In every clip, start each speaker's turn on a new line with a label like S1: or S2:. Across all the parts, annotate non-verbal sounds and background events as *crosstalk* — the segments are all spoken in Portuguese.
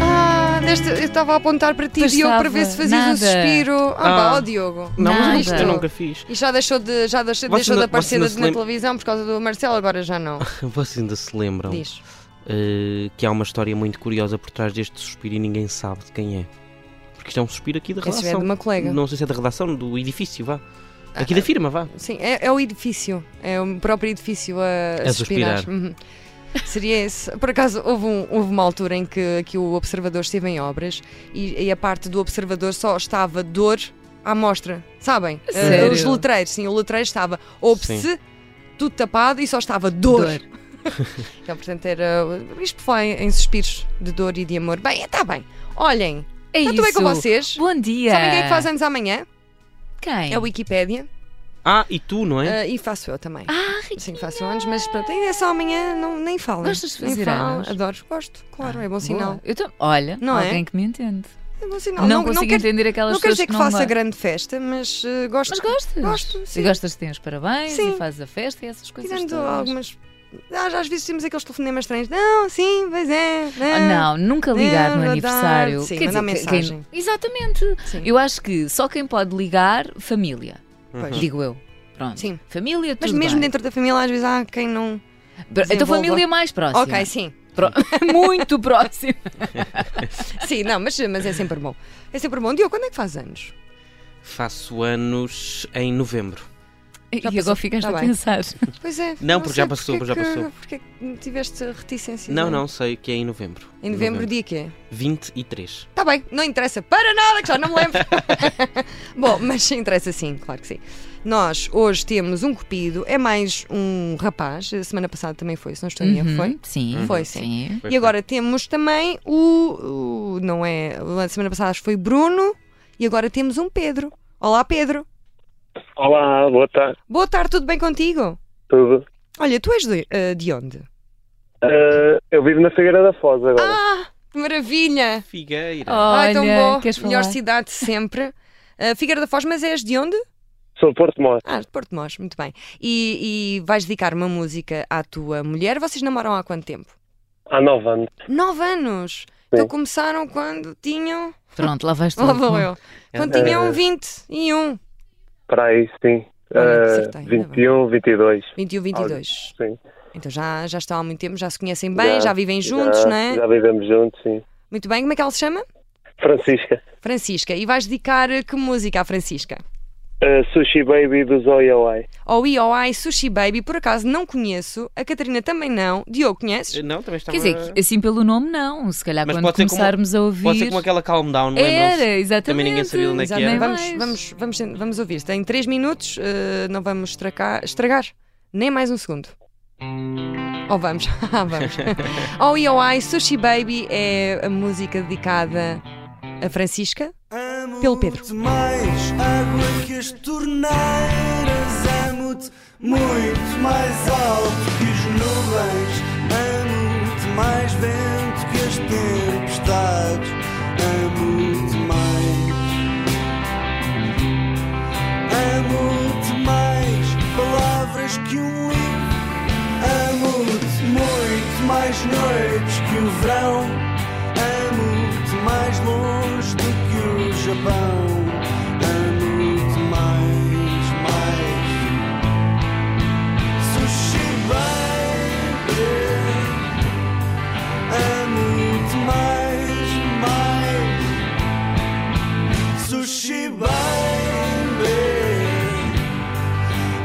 S1: Ah, estava a apontar para ti,
S2: Pois
S1: Diogo, para
S2: estava.
S1: ver se fazias um
S2: Nada.
S1: suspiro. Ah,
S3: Ah.
S1: pá, ó Diogo.
S3: Não, mas
S2: Nada.
S3: isto eu nunca fiz.
S1: E já deixou de, já deixou,
S3: Você
S1: deixou
S3: não-
S1: de
S3: você
S1: aparecer
S3: não
S1: na,
S3: se
S1: na
S3: lembra-
S1: televisão por causa do Marcelo, agora já
S3: *laughs*
S1: não.
S3: Vocês ainda se lembram
S1: Diz.
S3: eh, que há uma história muito curiosa por trás deste suspiro e ninguém sabe de quem é. Porque isto é um suspiro aqui da
S1: Esse é de
S3: redação.
S1: uma Ah, colega.
S3: Não sei se é da redação, do edifício, vá. Aqui da firma, vá.
S1: Sim, é, é o edifício. É o próprio edifício a, a
S3: A
S1: suspirar.
S3: suspirar.
S1: Uhum. Seria esse. Por acaso, houve, um- houve uma altura em que, que o observador esteve em obras e, e a parte do observador só estava dor à mostra. Sabem? Eh,
S2: Sério?
S1: os letreiros, sim, o letreiro estava obs, tudo tapado e só estava dor. Então, portanto, era. Isto foi em suspiros de dor e de amor. Bem, está bem. Olhem, está
S2: É isso.
S1: Tá tudo bem com vocês?
S2: Bom dia.
S1: Sabem quem é que faz anos amanhã?
S2: Quem?
S1: É a Wikipédia.
S3: Ah, e tu, não é?
S1: Ah, e faço eu também.
S2: Ah,
S1: Sim, faço anos, mas pronto, ainda é só amanhã, não, nem falo.
S2: Gostas de fazer
S1: nem falo.
S2: anos?
S1: Adoro, gosto, claro, é bom sinal.
S2: Boa. Eu tam- Olha,
S1: Não é?
S2: alguém que me entende.
S1: É bom sinal.
S2: Não, consigo
S1: quero,
S2: entender aquelas
S1: não quero
S2: pessoas
S1: dizer que,
S2: não
S1: faça
S2: gostam.
S1: grande festa, mas eh, gosto.
S2: Mas gostas?
S1: Gosto, sim.
S2: E gostas de ter os parabéns
S1: Sim.
S2: e fazes a festa e essas coisas
S1: Tirando
S2: todas.
S1: algumas. Às, às vezes temos aqueles telefonemas estranhos. Não, sim, pois é.
S2: Ah, não, nunca ligar
S1: Não,
S2: no
S1: não dá.
S2: aniversário.
S1: Sim,
S2: Quer
S1: mandar
S2: dizer, que-
S1: mensagem.
S2: quem- Exatamente.
S1: Sim.
S2: Eu acho que só quem pode ligar, família.
S1: Pois.
S2: Digo eu. Pronto.
S1: Sim.
S2: Família, tudo
S1: Mas mesmo
S2: bem.
S1: dentro da família, às vezes há quem não.
S2: Então
S1: desenvolva.
S2: família mais próxima.
S1: Ok, sim.
S2: Pro- *laughs* Muito próxima.
S1: Sim, não, mas, mas é sempre bom. É sempre bom. Diogo, quando é que faz anos?
S3: Faço anos em novembro.
S2: E
S1: Já
S2: agora
S1: passou.
S2: ficaste
S1: Tá
S2: a
S1: bem.
S2: pensar.
S1: Pois é.
S3: Não, porque já
S1: sei
S3: passou,
S1: porque
S3: já
S1: é que-
S3: passou.
S1: Porque é que tiveste reticência?
S3: Não, não, sei que é em novembro.
S1: Em novembro, dia que é?
S3: 23.
S1: Tá bem, não interessa para nada, que já não me lembro. *laughs* Bom, mas interessa sim, claro que sim. Nós hoje temos um cupido, é mais um rapaz, a semana passada também foi, se não estou em erro,
S2: Uhum,
S1: foi?
S2: Sim.
S1: Foi, E agora temos também o, o- Não é. A semana passada acho que foi Bruno e agora temos um Pedro. Olá, Pedro.
S4: Olá, boa tarde,
S1: Boa tarde, tudo bem contigo?
S4: tudo.
S1: Olha, tu és de, eh, de onde?
S4: Eh, eu vivo na Figueira da Foz agora.
S1: Ah, que maravilha!
S3: Figueira.
S1: Ai, tão bom!
S2: Olha, queres falar?
S1: Melhor cidade de sempre. Eh, Figueira da Foz, mas és de onde?
S4: Sou de Porto Mó.
S1: Ah, de Porto de Mós, muito bem. E, e vais dedicar uma música à tua mulher. Vocês namoram há quanto tempo?
S4: há nove anos.
S1: Nove anos! Então começaram quando tinham. *laughs*
S2: Pronto, lá vais tu.
S1: Lá vou eu. Quando
S3: É.
S1: tinham 21.
S4: Para aí, sim.
S1: Olha,
S4: Eh,
S1: Ah, acertei, ainda
S4: 21, 22.
S1: 21, 22.
S4: assim, Sim.
S1: Então já, já estão há muito tempo, já se conhecem bem, já,
S4: Já,
S1: vivem juntos,
S4: já,
S1: não é?
S4: Já vivemos juntos, sim.
S1: Muito bem, como é que ela se chama?
S4: Francisca.
S1: Francisca. E vais dedicar eh, que música à Francisca?
S4: Eh, sushi Baby dos OIOI.
S1: Ao IOI Sushi Baby, por acaso não conheço, a Catarina também não. Diogo, conheces?
S3: Eh, Não, também estava...
S2: Quer dizer, que assim pelo nome não. Se calhar
S3: Mas
S2: quando
S3: pode ser como-
S2: começarmos a ouvir.
S3: Pode ser como aquela calm down, é, lembram-se?
S2: Era, exatamente.
S3: Também ninguém sabia onde é que
S1: Exato.
S3: era.
S2: Nem
S1: Vamos,
S2: mais.
S1: vamos, vamos, ten- vamos ouvir. Tem 3 minutos, eh, não vamos estracar- estragar nem mais um segundo. Ou vamos, *laughs* Ah,
S3: *laughs*
S1: vamos. Ao IOI, Sushi Baby é a música dedicada a Francisca. Pelo Pedro.
S5: Amo-te mais água que as torneiras. Amo-te muito mais alto que as nuvens. Amo-te mais vento que as tempestades. Amo-te mais. Amo-te mais palavras que um livro. Amo-te muito mais noites que o verão. Amo-te mais longe do que o Japão. Amo-te mais, mais. Sushi baby. Amo-te mais, mais. Sushi baby.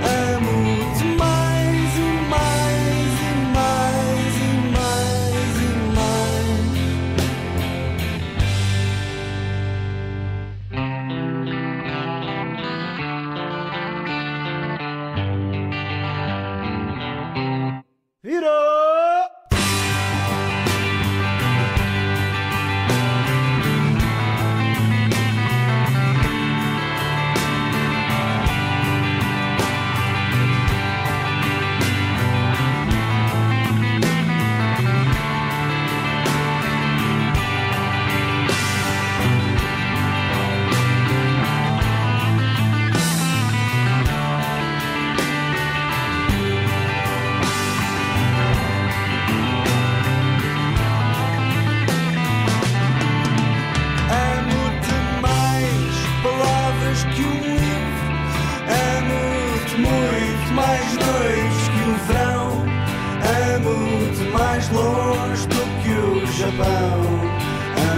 S5: Amo-te mais e mais e mais e mais e mais. um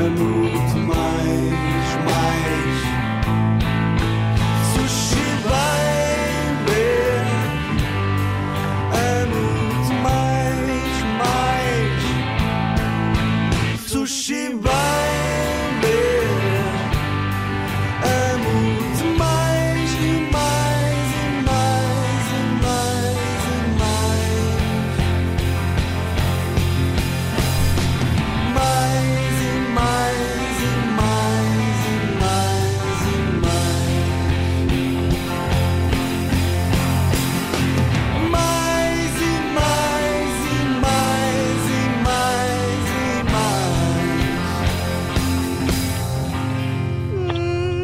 S5: Amo-te mais, mais. Sushi baby. Amo-te mais, mais. Sushi baby. Amo-te mais e mais e mais e mais e mais mais e mais e mais e mais e mais mais e mais e mais e mais e mais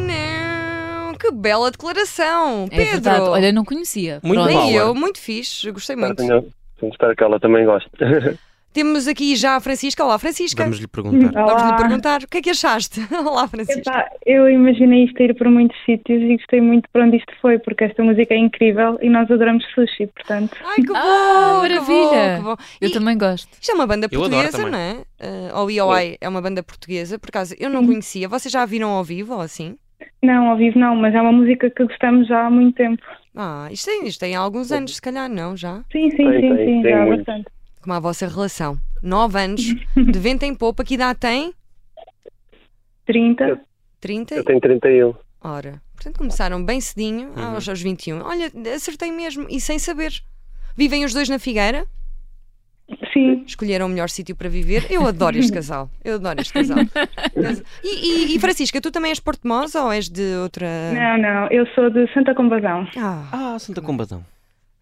S1: Não, que bela declaração,
S2: É
S1: Pedro.
S2: verdade. Olha, eu não conhecia.
S3: Muito
S2: Pronto.
S3: mal.
S1: Nem
S3: Paula.
S1: eu, muito fixe, gostei
S4: Espero,
S1: muito.
S4: tenha- sim, espero que ela também goste.
S1: Temos aqui já a Francisca. Olá, Francisca.
S3: Vamos lhe perguntar.
S1: Vamos-lhe
S6: Olá.
S1: perguntar o que é que achaste. *laughs* Olá, Francisca.
S6: Epá, eu imaginei isto ir por muitos sítios e gostei muito para onde isto foi, porque esta música é incrível e nós adoramos sushi, portanto.
S1: Ai, que bom!
S2: Ah,
S1: que bom,
S2: maravilha.
S1: que bom.
S2: Eu
S1: E-
S2: também gosto.
S1: Isto é uma banda
S3: Eu adoro
S1: portuguesa, não é? Eh, ou IOI é uma banda portuguesa, por acaso eu
S2: Uhum.
S1: não conhecia. Vocês já a viram ao vivo ou assim?
S6: Não, ao vivo não, mas é uma música que gostamos já há muito tempo.
S1: Ah, isto tem, isto tem alguns anos, se calhar, não, já?
S6: Sim, sim,
S4: *laughs* Tem,
S6: sim,
S4: tem,
S6: sim,
S4: tem
S6: já há
S4: muito.
S6: bastante.
S1: Como a vossa relação. Nove
S2: *laughs*
S1: anos, de vento em popa, que idade tem?
S6: 30.
S1: 30?
S4: Eu tenho
S6: *laughs*
S4: 31.
S1: Ora, portanto começaram bem cedinho, ah, aos, aos 21. Olha, acertei mesmo, e sem saber. Vivem os dois na Figueira,
S6: Sim,
S1: escolheram o melhor sítio para viver. Eu adoro este casal, eu adoro este casal. E, e- e, Francisca, tu também és portemosa ou és de outra.
S6: não, não, eu sou de Santa Combadão.
S1: Ah,
S3: Ah, Santa Combadão.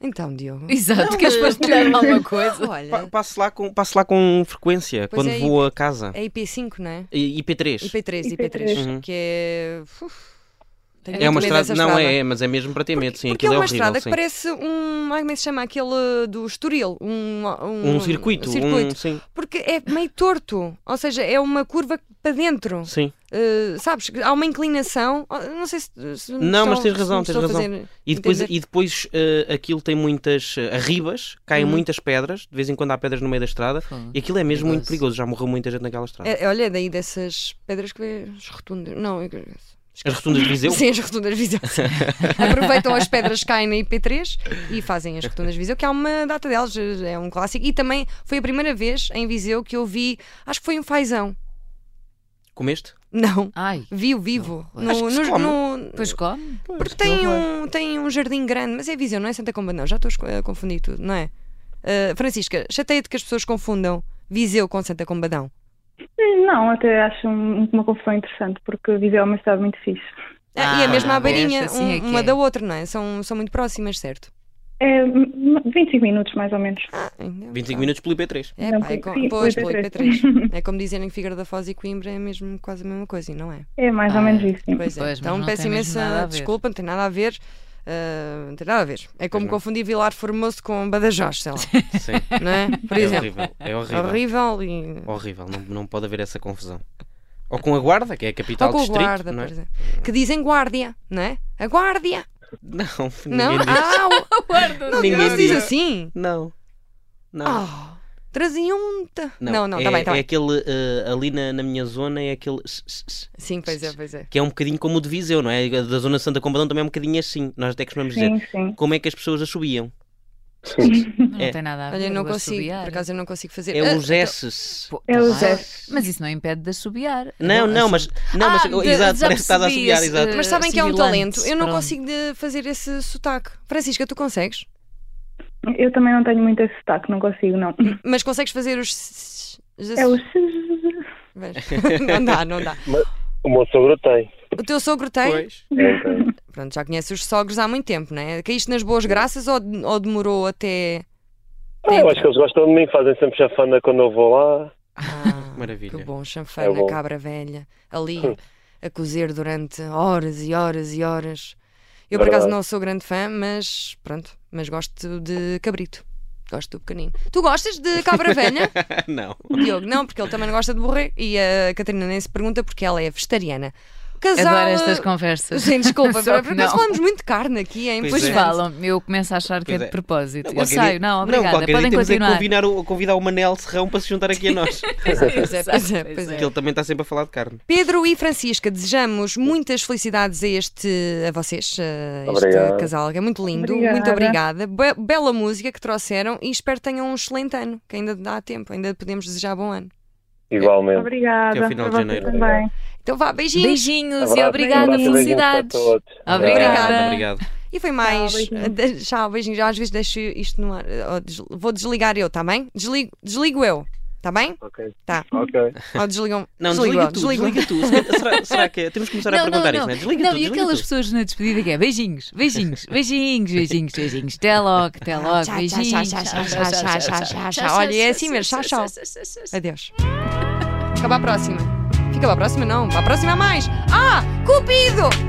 S1: então, Diogo.
S2: Exato,
S1: *laughs*
S2: queres partilhar alguma coisa?
S3: Pa
S1: Olha,
S3: passo, lá com, passo lá com frequência,
S1: É. Pois
S3: quando
S1: é,
S3: vou a casa.
S1: é IP5, não é?
S3: I- IP3.
S1: IP3, IP3,
S6: IP3.
S3: Uhum.
S1: que é. Uf, tenho
S3: É
S1: muito
S3: uma
S1: medo
S3: estrada,
S1: dessa
S3: não
S1: estrada.
S3: é, é, mas é mesmo para ter medo, sim,
S1: Porque é
S3: aquilo é
S1: uma
S3: horrível.
S1: estrada que
S3: sim.
S1: parece um. ai, Como é que se chama? Aquele do Estoril. Um, um,
S3: Um circuito, um, sim,
S1: Porque é meio torto. Ou seja, é uma curva para dentro.
S3: sim.
S1: Uh, sabes? que Há uma inclinação. Oh, Não sei se. se me
S3: Não,
S1: estão-
S3: mas tens
S1: se
S3: razão,
S1: me
S3: tens
S1: estou a
S3: razão.
S1: fazer
S3: E depois,
S1: entender.
S3: e depois eh, aquilo tem muitas eh, arribas, caem
S1: Uhum.
S3: muitas pedras, de vez em quando há pedras no meio da estrada, e aquilo é mesmo muito
S2: Perigoso.
S3: perigoso, já morreu muita gente naquela estrada.
S1: É, olha, daí dessas pedras que vê as rotundas. Não, eu...
S3: As rotundas de Viseu?
S1: Sim, as rotundas
S3: *laughs*
S1: Viseu. sim. Aproveitam as pedras que caem na IP3 e fazem as rotundas Viseu, que há uma data delas, é um clássico. E também foi a primeira vez em Viseu que eu vi, acho que foi um fazão.
S3: Comeste?
S1: Não,
S2: Ai,
S1: vi o vivo.
S2: Não,
S1: No-
S3: acho que se
S1: no-
S3: come.
S1: no-
S2: depois come.
S1: porque tem um, tem um jardim grande, mas é Viseu, não é Santa Comba, não. Já estou a confundir tudo, não é? Ah, Francisca, chateia-te que as pessoas confundam Viseu com Santa Combadão.
S6: Não, até acho um- uma confusão interessante, porque Viseu é uma cidade muito fixe.
S1: Ah, e é
S2: Ah,
S1: mesmo à
S2: pois,
S1: beirinha,
S2: assim
S1: um-
S2: é que
S1: uma
S2: é.
S1: da outra, não é? São, são muito próximas, certo?
S6: É hum, 25 minutos, mais ou menos.
S1: Ainda
S3: 25
S1: bem.
S3: minutos pelo IP3.
S1: Então, É,
S6: Não,
S1: pá, é
S6: porque
S1: co-
S6: sim,
S1: pois,
S6: foi
S1: pelo
S6: IP3.
S1: IP3. É como dizerem que Figueira da Foz e Coimbra é mesmo quase a mesma coisa, e não é?
S6: É mais ou
S2: Ah,
S6: menos isso. sim.
S1: Pois é.
S2: Pois, mas
S1: então
S2: não
S1: peço
S2: tem mesmo nada
S1: imensa
S2: a ver.
S1: desculpa, não tem nada a ver. ah, não tem nada a ver. É como
S3: não.
S1: confundir Vilar Formoso com Badajoz, sei lá,
S3: Sim.
S1: não
S2: *laughs*
S1: é? *laughs* Por
S3: é
S1: exemplo.
S3: horrível. É horrível.
S1: Horrível e.
S3: Horrível, Não, não pode haver essa confusão. Ou com a guarda, que é a capital
S1: Ou com
S3: do
S1: o
S3: distrito.
S1: guarda,
S3: não,
S1: por
S3: é?
S1: exemplo. Que dizem guardia, não é? A guardia!
S3: não,
S1: Não?
S3: ninguém diz.
S1: Ah,
S3: *laughs*
S1: o- não,
S3: Ninguém
S1: não se diz
S3: diz.
S1: assim.
S3: Não. Não.
S1: Ah, traziam-te. Não, não,
S3: é,
S1: está bem, está
S3: é
S1: bem.
S3: aquele eh, ali na, na minha zona é aquele s- s- s-
S1: Sim, pois é, pois é.
S3: que é um bocadinho como o de Viseu, não é? A Da zona de Santa Combadão também é um bocadinho assim. Nós até costumamos dizer
S6: Sim, sim.
S3: como é que as pessoas assobiam.
S2: Não
S3: É.
S2: tem nada Tá a ver.
S1: Olha, eu não
S2: vou
S1: consigo,
S2: assobiar.
S1: por acaso eu não consigo fazer.
S3: É
S1: Ah,
S3: os S's.
S2: Pô,
S6: É
S2: tá
S6: os
S2: bem.
S6: S.
S2: Mas isso não impede de assobiar.
S3: Não, não, mas. Não, mas
S2: Ah, de-
S3: exato,
S2: já
S3: parece que *laughs* estás a
S2: percebi
S3: assobiar,
S2: esse-
S3: exato.
S1: Mas sabem que é um
S2: sibilantes,
S1: talento. Eu não
S2: pronto.
S1: consigo de fazer esse sotaque. Francisca, tu consegues?
S6: Eu também não tenho muito esse sotaque, não consigo, não.
S1: Mas consegues fazer os. s- s-
S6: É o
S1: Vês? *laughs* Não dá, não dá.
S4: O meu sogro tem.
S1: O teu sogro tem?
S3: Pois. *laughs*
S4: Tem, tem.
S1: *laughs* Pronto, já conheces os sogros há muito tempo, não é? Caíste nas boas graças ou, ou demorou até.
S4: Ah, eu acho que eles gostam de mim, fazem sempre chafana quando eu vou lá.
S1: Ah,
S3: Maravilha.
S1: Que bom, chanfana,
S4: É bom. Hum.
S1: cabra velha, ali a cozer durante horas e horas e horas. Eu, por
S4: Verdade.
S1: acaso, não sou grande fã, mas pronto, mas gosto de cabrito. Gosto do pequenino. Tu gostas de
S4: *laughs*
S1: cabra velha?
S3: não.
S1: Diogo, não, porque ele também não gosta de borré. E a Catarina nem se pergunta porque ela é vegetariana. casal.
S2: Adoro estas
S1: eh,
S2: conversas.
S1: Sim, desculpa,
S2: *laughs* Só que
S1: porque nós
S2: não.
S1: falamos muito de carne aqui, hein?
S3: Pois
S2: Pois
S3: é.
S2: falam, eu começo a achar que é
S3: Pois
S2: de
S3: é.
S2: propósito. Eu
S3: Qualquer
S2: saio,
S3: dia-
S2: não, obrigada,
S3: qualquer dia
S2: podem
S3: temos é que
S2: continuar. *laughs*
S3: convidar o, convidar o Manel Serrão para se juntar aqui a nós.
S2: Pois é, pois é,
S1: Pois
S2: pois
S1: é.
S2: é.
S3: que ele também está sempre a falar de carne.
S1: Pedro e Francisca, desejamos muitas felicidades a este a vocês, a este
S4: Obrigado.
S1: casal, que é muito lindo.
S6: Obrigada.
S1: Muito obrigada. Be- bela música que trouxeram e espero que tenham um excelente ano, que ainda dá tempo, ainda podemos desejar bom ano.
S4: Igualmente.
S6: Obrigada.
S3: Até ao final
S6: a
S3: de
S6: vocês
S3: janeiro.
S6: Também.
S1: Então vá, beijinhos.
S2: Beijinhos e
S4: Abraço,
S2: obrigada,
S4: abraço e beijinhos para
S2: felicidades.
S4: todos.
S2: Obrigada.
S3: Obrigado.
S1: E foi mais.
S6: Tchau, beijinhos.
S1: de- Tchau, beijinhos. Às vezes deixo isto no ar. Ou des- Vou desligar eu, tá bem? Desligo, desligo eu, tá bem?
S4: Ok.
S1: Tá.
S4: Ok.
S1: Ou desligam.
S3: Não,
S1: desligo, eu,
S3: desliga tu,
S1: desligo. eu.
S3: desliga tu. Se- Será, será que é? Temos que começar a perguntar isso, não é? Desliga
S2: não
S3: tu,
S2: e
S3: desliga
S2: aquelas
S3: tu.
S2: pessoas na despedida que é beijinhos, beijinhos, beijinhos, beijinhos, beijinhos. Até logo, até logo,
S1: Tchau, tchau,
S2: beijinhos.
S1: tchau, tchau, tchau, tchau, tchau, tchau, tchau. Olha, é assim mesmo. Tchau, tchau. Adeus. Fica para a próxima. Fica para a próxima, não. Para a próxima há mais. Ah, é Cupido!